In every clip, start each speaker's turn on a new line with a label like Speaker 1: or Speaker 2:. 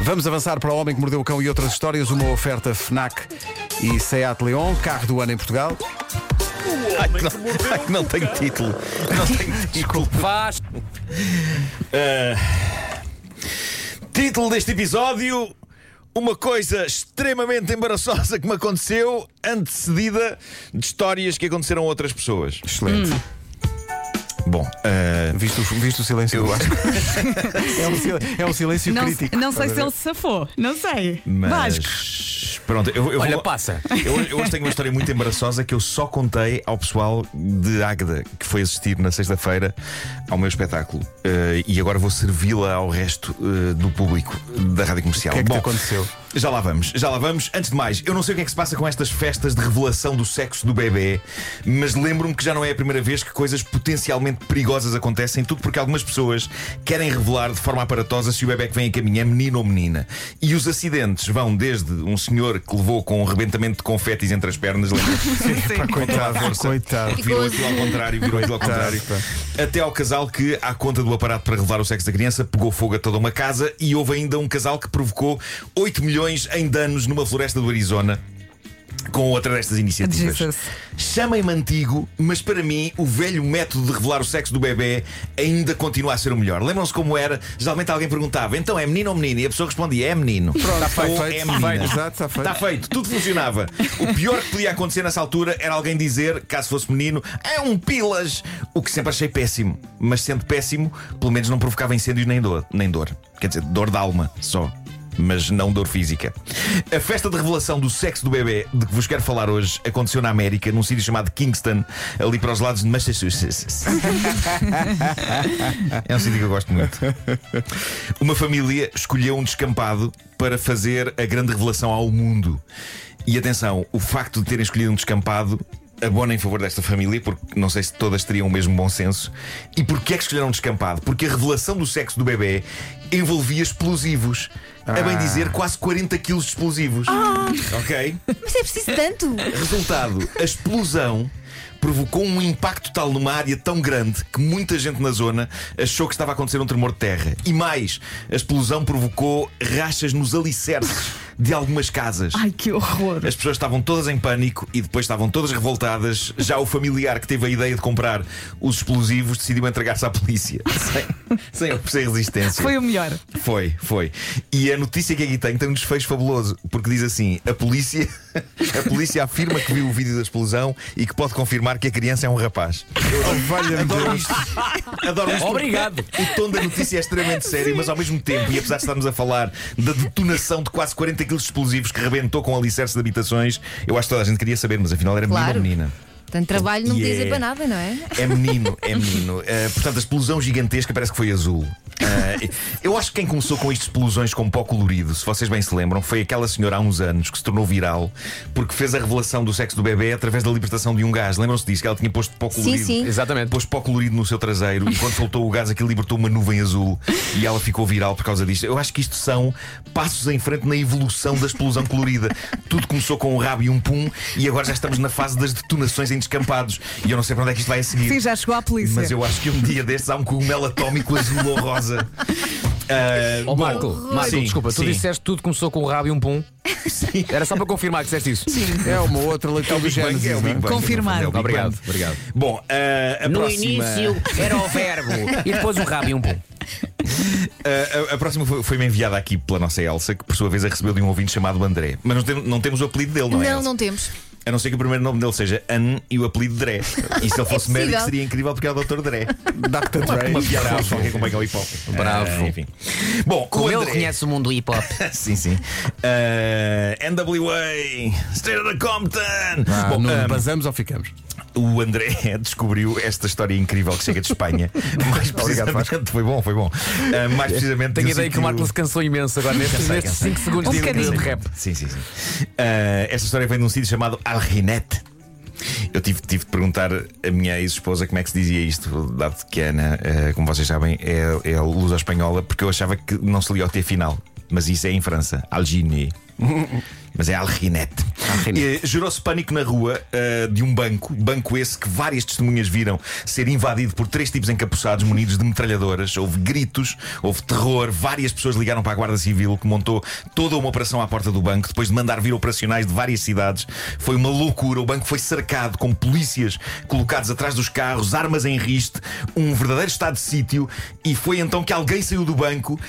Speaker 1: Vamos avançar para O Homem que Mordeu o Cão e outras histórias. Uma oferta FNAC e SEAT Leon, carro do ano em Portugal.
Speaker 2: Ai, que não, ai, que não tenho título. Não tenho título. Ah,
Speaker 3: Faz.
Speaker 2: Título deste episódio: Uma coisa extremamente embaraçosa que me aconteceu, antecedida de histórias que aconteceram a outras pessoas.
Speaker 1: Excelente.
Speaker 2: Bom, eh,
Speaker 1: Hum. Visto, o- visto o silêncio do Vasco. é, um sil- é um silêncio
Speaker 4: Não,
Speaker 1: crítico.
Speaker 4: não sei se
Speaker 1: Estás a
Speaker 4: ele se safou. Não sei.
Speaker 2: mas.
Speaker 4: Vasco.
Speaker 2: Pronto, eu, eu
Speaker 3: Olha,
Speaker 2: vou-
Speaker 3: passa.
Speaker 2: Eu, hoje- eu hoje tenho uma história muito embaraçosa que eu só contei ao pessoal de Agda que foi assistir na sexta-feira ao meu espetáculo Eh, e agora vou servi-la ao resto eh, do público da rádio comercial.
Speaker 1: O que é que te
Speaker 2: Bom,
Speaker 1: aconteceu?
Speaker 2: Já lá vamos, já lá vamos. Antes de mais, eu não sei o que é que se passa com estas festas de revelação do sexo do bebê, mas lembro-me que já não é a primeira vez que coisas potencialmente perigosas acontecem, tudo porque algumas pessoas querem revelar de forma aparatosa se o bebê que vem a caminho é menino ou menina. E os acidentes vão desde um senhor que levou com um rebentamento de confetes entre as pernas, lembra-se?
Speaker 1: ver? Pá,
Speaker 2: Ah,
Speaker 1: coitado, coitado.
Speaker 2: Virou aquilo ao contrário, virou aquilo ao contrário. Até ao casal que, à conta do aparato para revelar o sexo da criança, pegou fogo a toda uma casa e houve ainda um casal que provocou 8 milhões em danos numa floresta do Arizona. Com outra destas iniciativas.
Speaker 4: Jesus.
Speaker 2: Chamem-me antigo, mas para mim o velho método de revelar o sexo do bebê ainda continua a ser o melhor. Lembram-se como era? Geralmente alguém perguntava, então é menino ou menina? E a pessoa respondia, é menino.
Speaker 1: Está
Speaker 2: Ou
Speaker 1: feito,
Speaker 2: é
Speaker 1: feito.
Speaker 2: menina.
Speaker 1: Exato, está feito.
Speaker 2: Está feito, tudo funcionava. O pior que podia acontecer nessa altura era alguém dizer, caso fosse menino, é um pilas, o que sempre achei péssimo. Mas sendo péssimo, pelo menos não provocava incêndios nem dor, nem dor. Quer dizer, dor da alma só. Mas não dor física. A festa de revelação do sexo do bebê de que vos quero falar hoje aconteceu na América, num sítio chamado Kingston, ali para os lados de Massachusetts. É um sítio que eu gosto muito. Uma família escolheu um descampado para fazer a grande revelação ao mundo. E atenção, o facto de terem escolhido um descampado abona em favor desta família, porque não sei se todas teriam o mesmo bom senso. E porquê é que escolheram um descampado? Porque a revelação do sexo do bebê envolvia explosivos. A bem dizer, quase 40 quilos de explosivos. Ok?
Speaker 5: Mas é preciso tanto.
Speaker 2: Resultado: a explosão provocou um impacto tal numa área tão grande que muita gente na zona achou que estava a acontecer um tremor de terra. E mais, a explosão provocou rachas nos alicerces de algumas casas.
Speaker 4: Ai, que horror.
Speaker 2: As pessoas estavam todas em pânico e depois estavam todas revoltadas. Já o familiar que teve a ideia de comprar os explosivos decidiu entregar-se à polícia sem, sem oferecer resistência.
Speaker 4: Foi o melhor.
Speaker 2: Foi, foi. E a notícia que aqui tenho tem um desfecho fabuloso, porque diz assim: a polícia, a polícia afirma que viu o vídeo da explosão e que pode confirmar que a criança é um rapaz.
Speaker 1: Valha-me
Speaker 2: Adoro
Speaker 1: Deus.
Speaker 2: isto. Adoro isto.
Speaker 3: Obrigado.
Speaker 2: O tom da notícia é extremamente sério, mas ao mesmo tempo, e apesar de estarmos a falar da detonação de quase 40 quilos de explosivos que rebentou com alicerce de habitações, eu acho que toda a gente queria saber, mas afinal era menino
Speaker 5: Claro.
Speaker 2: ou menina.
Speaker 5: Tanto trabalho não me
Speaker 2: Yeah.
Speaker 5: dizer para nada, não é?
Speaker 2: É menino, é menino. Eh, portanto, a explosão gigantesca parece que foi azul. Eh, eu acho que quem começou com isto de explosões com pó colorido, se vocês bem se lembram, foi aquela senhora há uns anos que se tornou viral porque fez a revelação do sexo do bebê através da libertação de um gás. Lembram-se disso? Que ela tinha posto pó colorido.
Speaker 5: sim.
Speaker 3: Exatamente.
Speaker 2: Pôs pó colorido no seu traseiro e quando soltou o gás aquilo libertou uma nuvem azul e ela ficou viral por causa disto. Eu acho que isto são passos em frente na evolução da explosão colorida. Tudo começou com um rabo e um pum e agora já estamos na fase das detonações em descampados. E eu não sei para onde é que isto vai a seguir.
Speaker 4: Sim, já chegou à polícia.
Speaker 2: Mas eu acho que um dia destes há um cogumelo atómico azul ou rosa. Ah,
Speaker 3: Ó Oh, Marco, Marco,
Speaker 2: Sim,
Speaker 3: desculpa, tu
Speaker 2: sim.
Speaker 3: disseste que tudo começou com o rabo e um pum. Era só para confirmar que disseste isso. Sim.
Speaker 1: É uma outra leitura do
Speaker 2: Big Bang, é o
Speaker 1: Génesis.
Speaker 2: Big
Speaker 1: não é?
Speaker 2: Bang.
Speaker 4: Confirmado.
Speaker 2: É o Big Bang.
Speaker 3: Obrigado, obrigado.
Speaker 2: Bom, ah, a
Speaker 3: No
Speaker 2: próxima...
Speaker 3: início era o verbo e depois o rabo e um pum.
Speaker 2: uh, A, a- a próxima foi- foi-me enviada aqui pela nossa Elsa, que por sua vez a recebeu de um ouvinte chamado André. Mas não, tem- não temos o apelido dele, não, é?
Speaker 5: Não,
Speaker 2: Elsa?
Speaker 5: não temos.
Speaker 2: A não ser que o primeiro nome dele seja An e o apelido Dré. E se ele fosse médico
Speaker 5: É possível.
Speaker 2: seria incrível porque é o Dr. Dré.
Speaker 1: Dr. Dre.
Speaker 2: Uma piada à qualquer como é que é o hip hop.
Speaker 3: Bravo.
Speaker 2: Ah, enfim. Bom, o
Speaker 3: Como ele
Speaker 2: André-
Speaker 3: conhece o mundo hip hop.
Speaker 2: sim, sim. Ah, NWA, Straight Outta Compton.
Speaker 1: Ah,
Speaker 2: Bom,
Speaker 1: não
Speaker 2: ah,
Speaker 1: basamos ou ficamos?
Speaker 2: o André descobriu esta história incrível que chega de Espanha. Mais precisamente, foi bom, foi bom. Ah, mais precisamente,
Speaker 3: Tenho
Speaker 2: do
Speaker 3: a ideia que
Speaker 2: sítio-
Speaker 3: o Marco se cansou imenso agora nestes- nestes 5 segundos
Speaker 4: Um
Speaker 3: de, de
Speaker 4: bocadinho.
Speaker 3: rap.
Speaker 2: Sim, sim, sim. Ah, esta história vem de um sítio chamado Alrinete. Eu tive, tive de perguntar a minha ex-esposa como é que se dizia isto, dado que a Ana, ah, como vocês sabem, é, é a luz espanhola, porque eu achava que não se lia o T final. Mas isso é em França, Algine. mas é Alrinete.
Speaker 3: Alrinete.
Speaker 2: Eh, Gerou-se pânico na rua eh, de um banco, banco esse que várias testemunhas viram ser invadido por três tipos encapuçados munidos de metralhadoras. Houve gritos, houve terror, várias pessoas ligaram para a Guarda Civil que montou toda uma operação à porta do banco, depois de mandar vir operacionais de várias cidades. Foi uma loucura, o banco foi cercado com polícias colocados atrás dos carros, armas em riste, um verdadeiro estado de sítio, e foi então que alguém saiu do banco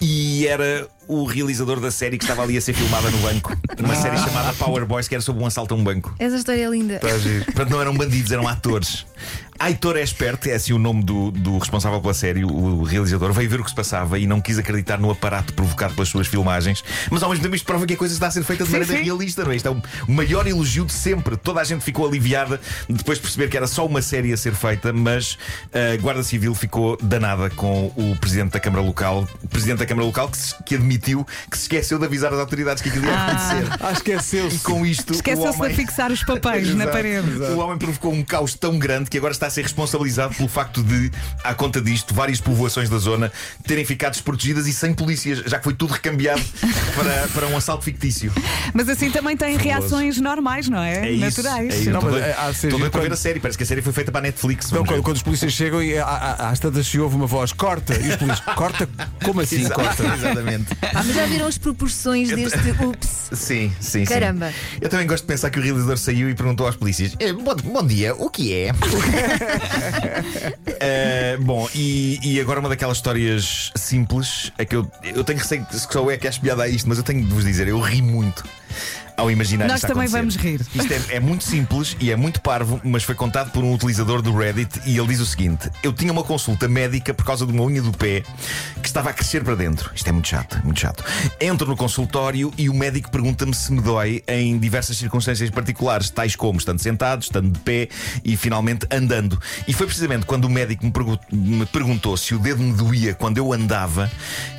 Speaker 2: e era o realizador da série que estava ali a ser filmada no banco. Uma série chamada Power Boys, que era sobre um assalto a um banco.
Speaker 5: Essa história é linda.
Speaker 2: Portanto, não eram bandidos, eram atores. Aitor Esperte, é assim o nome do, do responsável pela série, o, o realizador, veio ver o que se passava e não quis acreditar no aparato provocado pelas suas filmagens, mas ao mesmo tempo isto prova que a coisa está a ser feita de
Speaker 4: Sim,
Speaker 2: maneira
Speaker 4: sim.
Speaker 2: realista, não é? Isto é o maior elogio de sempre. Toda a gente ficou aliviada depois de perceber que era só uma série a ser feita, mas eh, a Guarda Civil ficou danada com o presidente da Câmara Local, o presidente da Câmara Local que, se- que admitiu que se esqueceu de avisar as autoridades que aquilo ia acontecer.
Speaker 1: Ah, esqueceu-se.
Speaker 2: E com isto. o
Speaker 4: Esqueceu-se
Speaker 2: homem-
Speaker 4: de fixar os papéis na
Speaker 2: Exato,
Speaker 4: parede.
Speaker 2: exato. O homem provocou um caos tão grande que agora está a ser responsabilizado pelo facto de, à conta disto, várias povoações da zona terem ficado desprotegidas e sem polícias, já que foi tudo recambiado para, para um assalto fictício.
Speaker 4: Mas assim também tem reações normais, não é?
Speaker 2: É isso.
Speaker 4: Naturais.
Speaker 2: É isso.
Speaker 1: Não,
Speaker 2: Estou
Speaker 1: mas
Speaker 2: doido-
Speaker 1: há de ser
Speaker 2: estou
Speaker 1: giro
Speaker 2: doido para
Speaker 1: quando-
Speaker 2: ver a série, parece que a série foi feita para a Netflix. é
Speaker 1: Então,
Speaker 2: vamos
Speaker 1: quando,
Speaker 2: ver.
Speaker 1: quando os polícias chegam e há- há- às tantas se ouve uma voz, corta! E os polícias, corta? Como assim?
Speaker 2: Exa-
Speaker 1: Corta?
Speaker 2: Exatamente.
Speaker 5: Ah, mas já viram as proporções deste ups?
Speaker 2: Sim, sim, sim.
Speaker 5: Caramba.
Speaker 2: Eu também gosto de pensar que o realizador saiu e perguntou aos polícias: "Eh, bom, bom dia, o que é? Eh, bom, e, e agora uma daquelas histórias simples é que eu, eu tenho receio que só é que acho piada a isto, mas eu tenho de vos dizer, eu ri muito ao imaginar
Speaker 4: Nós
Speaker 2: isto a
Speaker 4: também
Speaker 2: acontecer.
Speaker 4: vamos rir.
Speaker 2: Isto é, é muito simples e é muito parvo, mas foi contado por um utilizador do Reddit e ele diz o seguinte: Eu tinha uma consulta médica por causa de uma unha do pé que estava a crescer para dentro. Isto é muito chato, muito chato. Entro no consultório e o médico pergunta-me se me dói em diversas circunstâncias particulares, tais como estando sentado, estando de pé e finalmente andando. E foi precisamente quando o médico me, pergu- me perguntou se o dedo me doía quando eu andava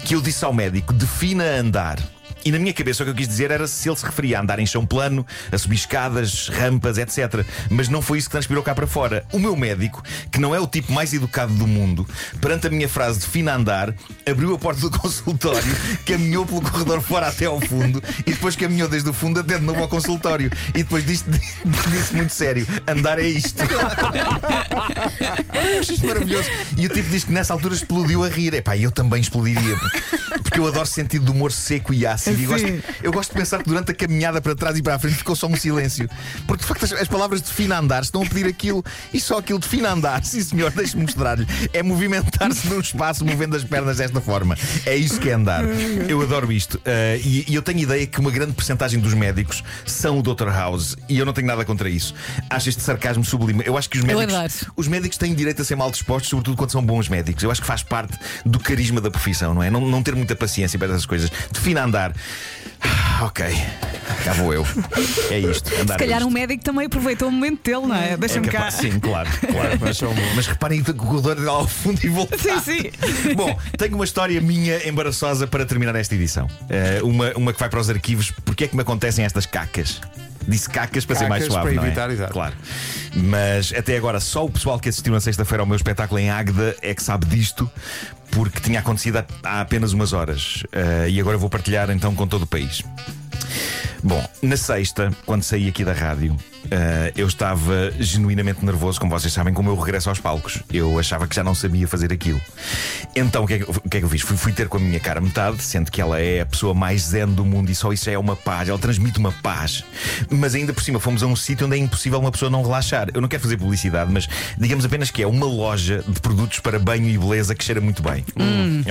Speaker 2: que eu disse ao médico: Defina andar. E na minha cabeça o que eu quis dizer era se ele se referia a andar em chão plano, a subir escadas, rampas, etc. Mas não foi isso que transpirou cá para fora. O meu médico, que não é o tipo mais educado do mundo, perante a minha frase de fina andar, abriu a porta do consultório, caminhou pelo corredor fora até ao fundo e depois caminhou desde o fundo até de novo ao consultório. E depois disse, disse muito sério: andar é isto. Achas maravilhoso. E o tipo diz que nessa altura explodiu a rir. Epá, eu também explodiria. Porque eu adoro sentido de humor seco e ácido. E
Speaker 4: Sim.
Speaker 2: gosto, eu gosto de pensar que durante a caminhada para trás e para a frente ficou só um silêncio. Porque de facto as, as palavras de fina andar estão a pedir aquilo e só aquilo de fina andar. Sim senhor, deixe-me mostrar-lhe. É movimentar-se num espaço movendo as pernas desta forma. É isso que é andar. Eu adoro isto. Eh, e, e eu tenho ideia que uma grande porcentagem dos médicos são o Dr. House. E eu não tenho nada contra isso. Acho este sarcasmo sublime. Eu acho que os médicos.
Speaker 4: adoro.
Speaker 2: Os médicos têm direito a ser mal dispostos, sobretudo quando são bons médicos. Eu acho que faz parte do carisma da profissão, não é? Não, não ter muita paciência para essas coisas. Defina andar. Ah, ok, cá vou eu. É isto. Andar
Speaker 4: Se
Speaker 2: é
Speaker 4: calhar
Speaker 2: isto.
Speaker 4: um médico também aproveitou o momento dele, não é?
Speaker 2: É
Speaker 4: Deixa-me cá.
Speaker 2: capaz- Sim, claro, claro. Mas, reparem que o corredor lá ao fundo e voltar.
Speaker 4: Sim, sim.
Speaker 2: Bom, tenho uma história minha embaraçosa para terminar esta edição. Eh, uma, uma que vai para os arquivos. Porquê é que me acontecem estas cacas? Disse cacas para ser mais
Speaker 1: Cacas
Speaker 2: suave.
Speaker 1: para
Speaker 2: não é?
Speaker 1: evitar, exato.
Speaker 2: Claro. Mas até agora, só o pessoal que assistiu na sexta-feira ao meu espetáculo em Águeda é que sabe disto. Porque tinha acontecido há apenas umas horas. Eh, e agora eu vou partilhar então com todo o país. Bom, na sexta, quando saí aqui da rádio, eh, eu estava genuinamente nervoso, como vocês sabem, com o meu regresso aos palcos. Eu achava que já não sabia fazer aquilo. Então, o que é que, o que é que eu fiz? Fui, fui ter com a minha cara metade, sendo que ela é a pessoa mais zen do mundo e só isso já é uma paz. Ela transmite uma paz. Mas ainda por cima, fomos a um sítio onde é impossível uma pessoa não relaxar. Eu não quero fazer publicidade, mas digamos apenas que é uma loja de produtos para banho e beleza que cheira muito bem.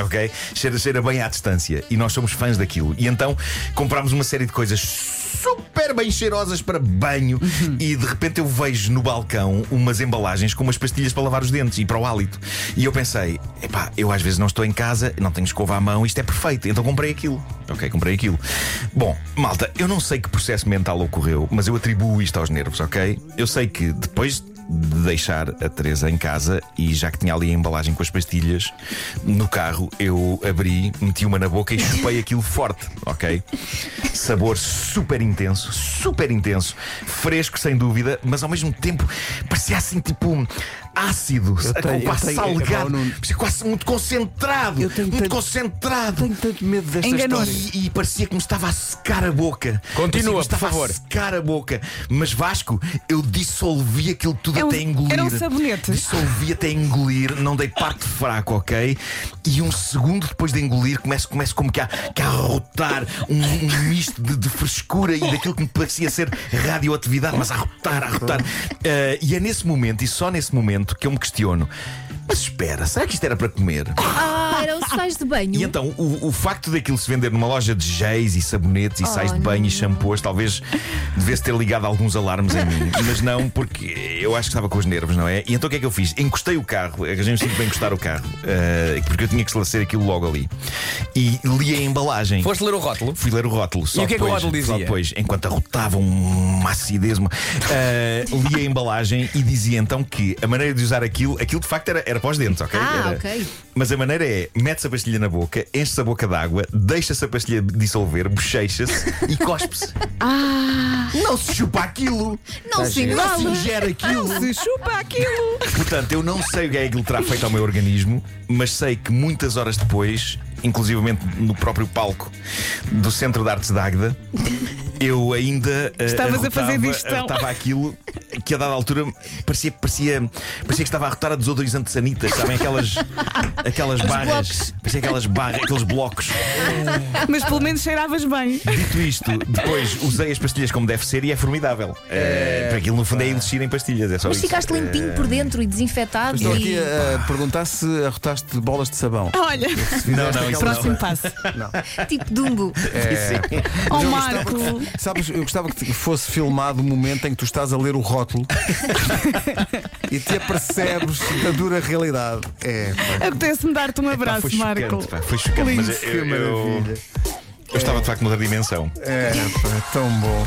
Speaker 2: Ok? Cheira, cheira bem à distância. E nós somos fãs daquilo. E então comprámos uma série de coisas super bem cheirosas para banho e de repente eu vejo no balcão umas embalagens com umas pastilhas para lavar os dentes e para o hálito. E eu pensei, epá, eu às vezes não estou em casa, não tenho escova à mão, isto é perfeito. Então comprei aquilo. Ok, comprei aquilo. Bom, malta, eu não sei que processo mental ocorreu, mas eu atribuo isto aos nervos, ok? Eu sei que depois de deixar a Teresa em casa e já que tinha ali a embalagem com as pastilhas no carro, eu abri, meti uma na boca e chupei aquilo forte, ok? Sabor super intenso, super intenso, fresco sem dúvida, mas ao mesmo tempo parecia assim tipo ácido,
Speaker 1: Eu tenho-
Speaker 2: quase
Speaker 1: eu tenho-
Speaker 2: salgado,
Speaker 1: Epá, Nuno.
Speaker 2: parecia quase muito concentrado,
Speaker 1: Eu tenho
Speaker 2: muito
Speaker 1: tanto-
Speaker 2: concentrado.
Speaker 1: Tenho tanto medo desta
Speaker 4: Enganou-se.
Speaker 1: história.
Speaker 2: E, e parecia que me estava a secar a boca.
Speaker 3: Continua,
Speaker 2: Parecia que me estava
Speaker 3: por favor.
Speaker 2: A secar a boca. Mas Vasco, eu dissolvi aquilo tudo
Speaker 4: É um-
Speaker 2: até engolir.
Speaker 4: era um sabonete.
Speaker 2: Dissolvi até engolir, não dei parte fraca, ok? E um segundo depois de engolir, começo, começo como que a, que a rotar um, um misto de, de frescura e daquilo que me parecia ser radioatividade, mas a rotar, a rotar. Eh, e é nesse momento, e só nesse momento, que eu me questiono: mas espera, será que isto era para comer?
Speaker 5: Ah, eram sais de banho.
Speaker 2: E então, o, o facto daquilo se vender numa loja de géis e sabonetes e
Speaker 5: Oh,
Speaker 2: sais de banho
Speaker 5: não.
Speaker 2: e shampoos, talvez devesse ter ligado alguns alarmes em mim. Mas não, porque eu acho que estava com os nervos, não é? E então o que é que eu fiz? Encostei o carro, arranjei um sítio para encostar o carro, eh, porque eu tinha que esclarecer aquilo logo ali. E li a embalagem.
Speaker 3: Foste ler o rótulo?
Speaker 2: Fui ler o rótulo. Só
Speaker 3: o que é que o
Speaker 2: depois,
Speaker 3: rótulo dizia?
Speaker 2: Só depois, enquanto arrotava uma acidez, uma- Ah, li a embalagem e dizia então que a maneira de usar aquilo, aquilo de facto era, era para os dentes, ok?
Speaker 5: Ah,
Speaker 2: Era-
Speaker 5: ok.
Speaker 2: Mas a maneira é: metes a pastilha na boca, enches a boca d'água, deixa-se a pastilha dissolver, bochecha-se e cospe-se. Não se chupa aquilo!
Speaker 5: Ah.
Speaker 3: Tá
Speaker 5: Não se
Speaker 2: Não se
Speaker 5: engole.
Speaker 2: ingere aquilo!
Speaker 4: Se chupa aquilo.
Speaker 2: Portanto, eu não sei o que é que ele terá feito ao meu organismo, mas sei que muitas horas depois, inclusivamente no próprio palco do Centro de Artes de Águeda, eu ainda eh,
Speaker 4: Estavas a fazer
Speaker 2: arrotava-
Speaker 4: digestão.
Speaker 2: arrotava aquilo que a dada altura parecia, parecia, parecia que estava a rotar a desodorizante de sanitas, sabem? Aquelas, aquelas barras,
Speaker 5: blocos.
Speaker 2: parecia aquelas barras, aqueles blocos.
Speaker 4: Mas pelo menos cheiravas bem.
Speaker 2: Dito isto, depois usei as pastilhas como deve ser e é formidável. Eh, para aquilo no fundo é elixir em pastilhas, é só
Speaker 5: Mas
Speaker 2: isso.
Speaker 5: ficaste limpinho por dentro e desinfetado.
Speaker 1: Estou aqui
Speaker 5: e...
Speaker 1: a a perguntar se arrotaste bolas de sabão.
Speaker 4: Olha,
Speaker 2: Não, não, isso não.
Speaker 4: próximo passo.
Speaker 5: Tipo Dumbo.
Speaker 2: Sim.
Speaker 4: Oh,
Speaker 1: Eu
Speaker 4: Marco.
Speaker 1: gostava que- sabes, eu gostava que te- fosse filmado o momento em que tu estás a ler o rótulo e te apercebes da dura realidade. É, pá,
Speaker 4: Apetece-me dar-te um
Speaker 2: Pá,
Speaker 4: abraço,
Speaker 2: foi chocante,
Speaker 4: Marco.
Speaker 2: pá, foi chocante, mas
Speaker 1: que
Speaker 2: eu, eu,
Speaker 1: maravilha.
Speaker 2: eu estava de facto noutra dimensão.
Speaker 1: É, pá, tão bom.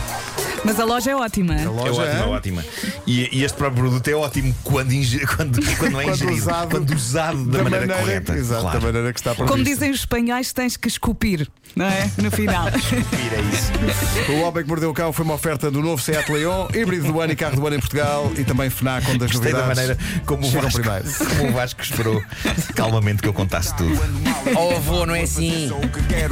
Speaker 4: Mas a loja é ótima.
Speaker 1: A
Speaker 2: É
Speaker 1: loja
Speaker 2: ótima,
Speaker 1: é?
Speaker 2: ótima. E, e este próprio produto é ótimo quando, inge- quando, quando não é
Speaker 1: Quando
Speaker 2: ingerido,
Speaker 1: usado-
Speaker 2: quando usado da, maneira, correta.
Speaker 1: Exato,
Speaker 2: claro.
Speaker 1: da maneira que está prevista.
Speaker 4: Como dizem os espanhóis, tens que esculpir, não é? No final.
Speaker 2: Mira isso.
Speaker 1: O Homem que Mordeu o Cão foi uma oferta do novo Seat Leon, híbrido do ano e carro do ano em Portugal e também FNAC, onde as
Speaker 2: Gostei da
Speaker 1: novidades
Speaker 2: maneira como o,
Speaker 1: chegam
Speaker 2: Vasco,
Speaker 1: primeiro.
Speaker 2: como o Vasco esperou calmamente que eu contasse tudo.
Speaker 3: Oh, avô, não é assim.
Speaker 6: o que quero.